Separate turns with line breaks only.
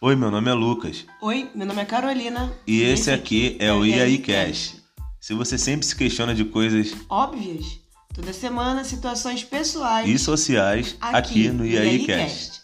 Oi, meu nome é Lucas
Oi, meu nome é Carolina.
e esse aqui é o
é
IAI
IAIcast.
Cash. Se você sempre se questiona de coisas
Óbvias. Toda semana, situações pessoais.
e sociais aqui, no IAI Cash.
IAIcast.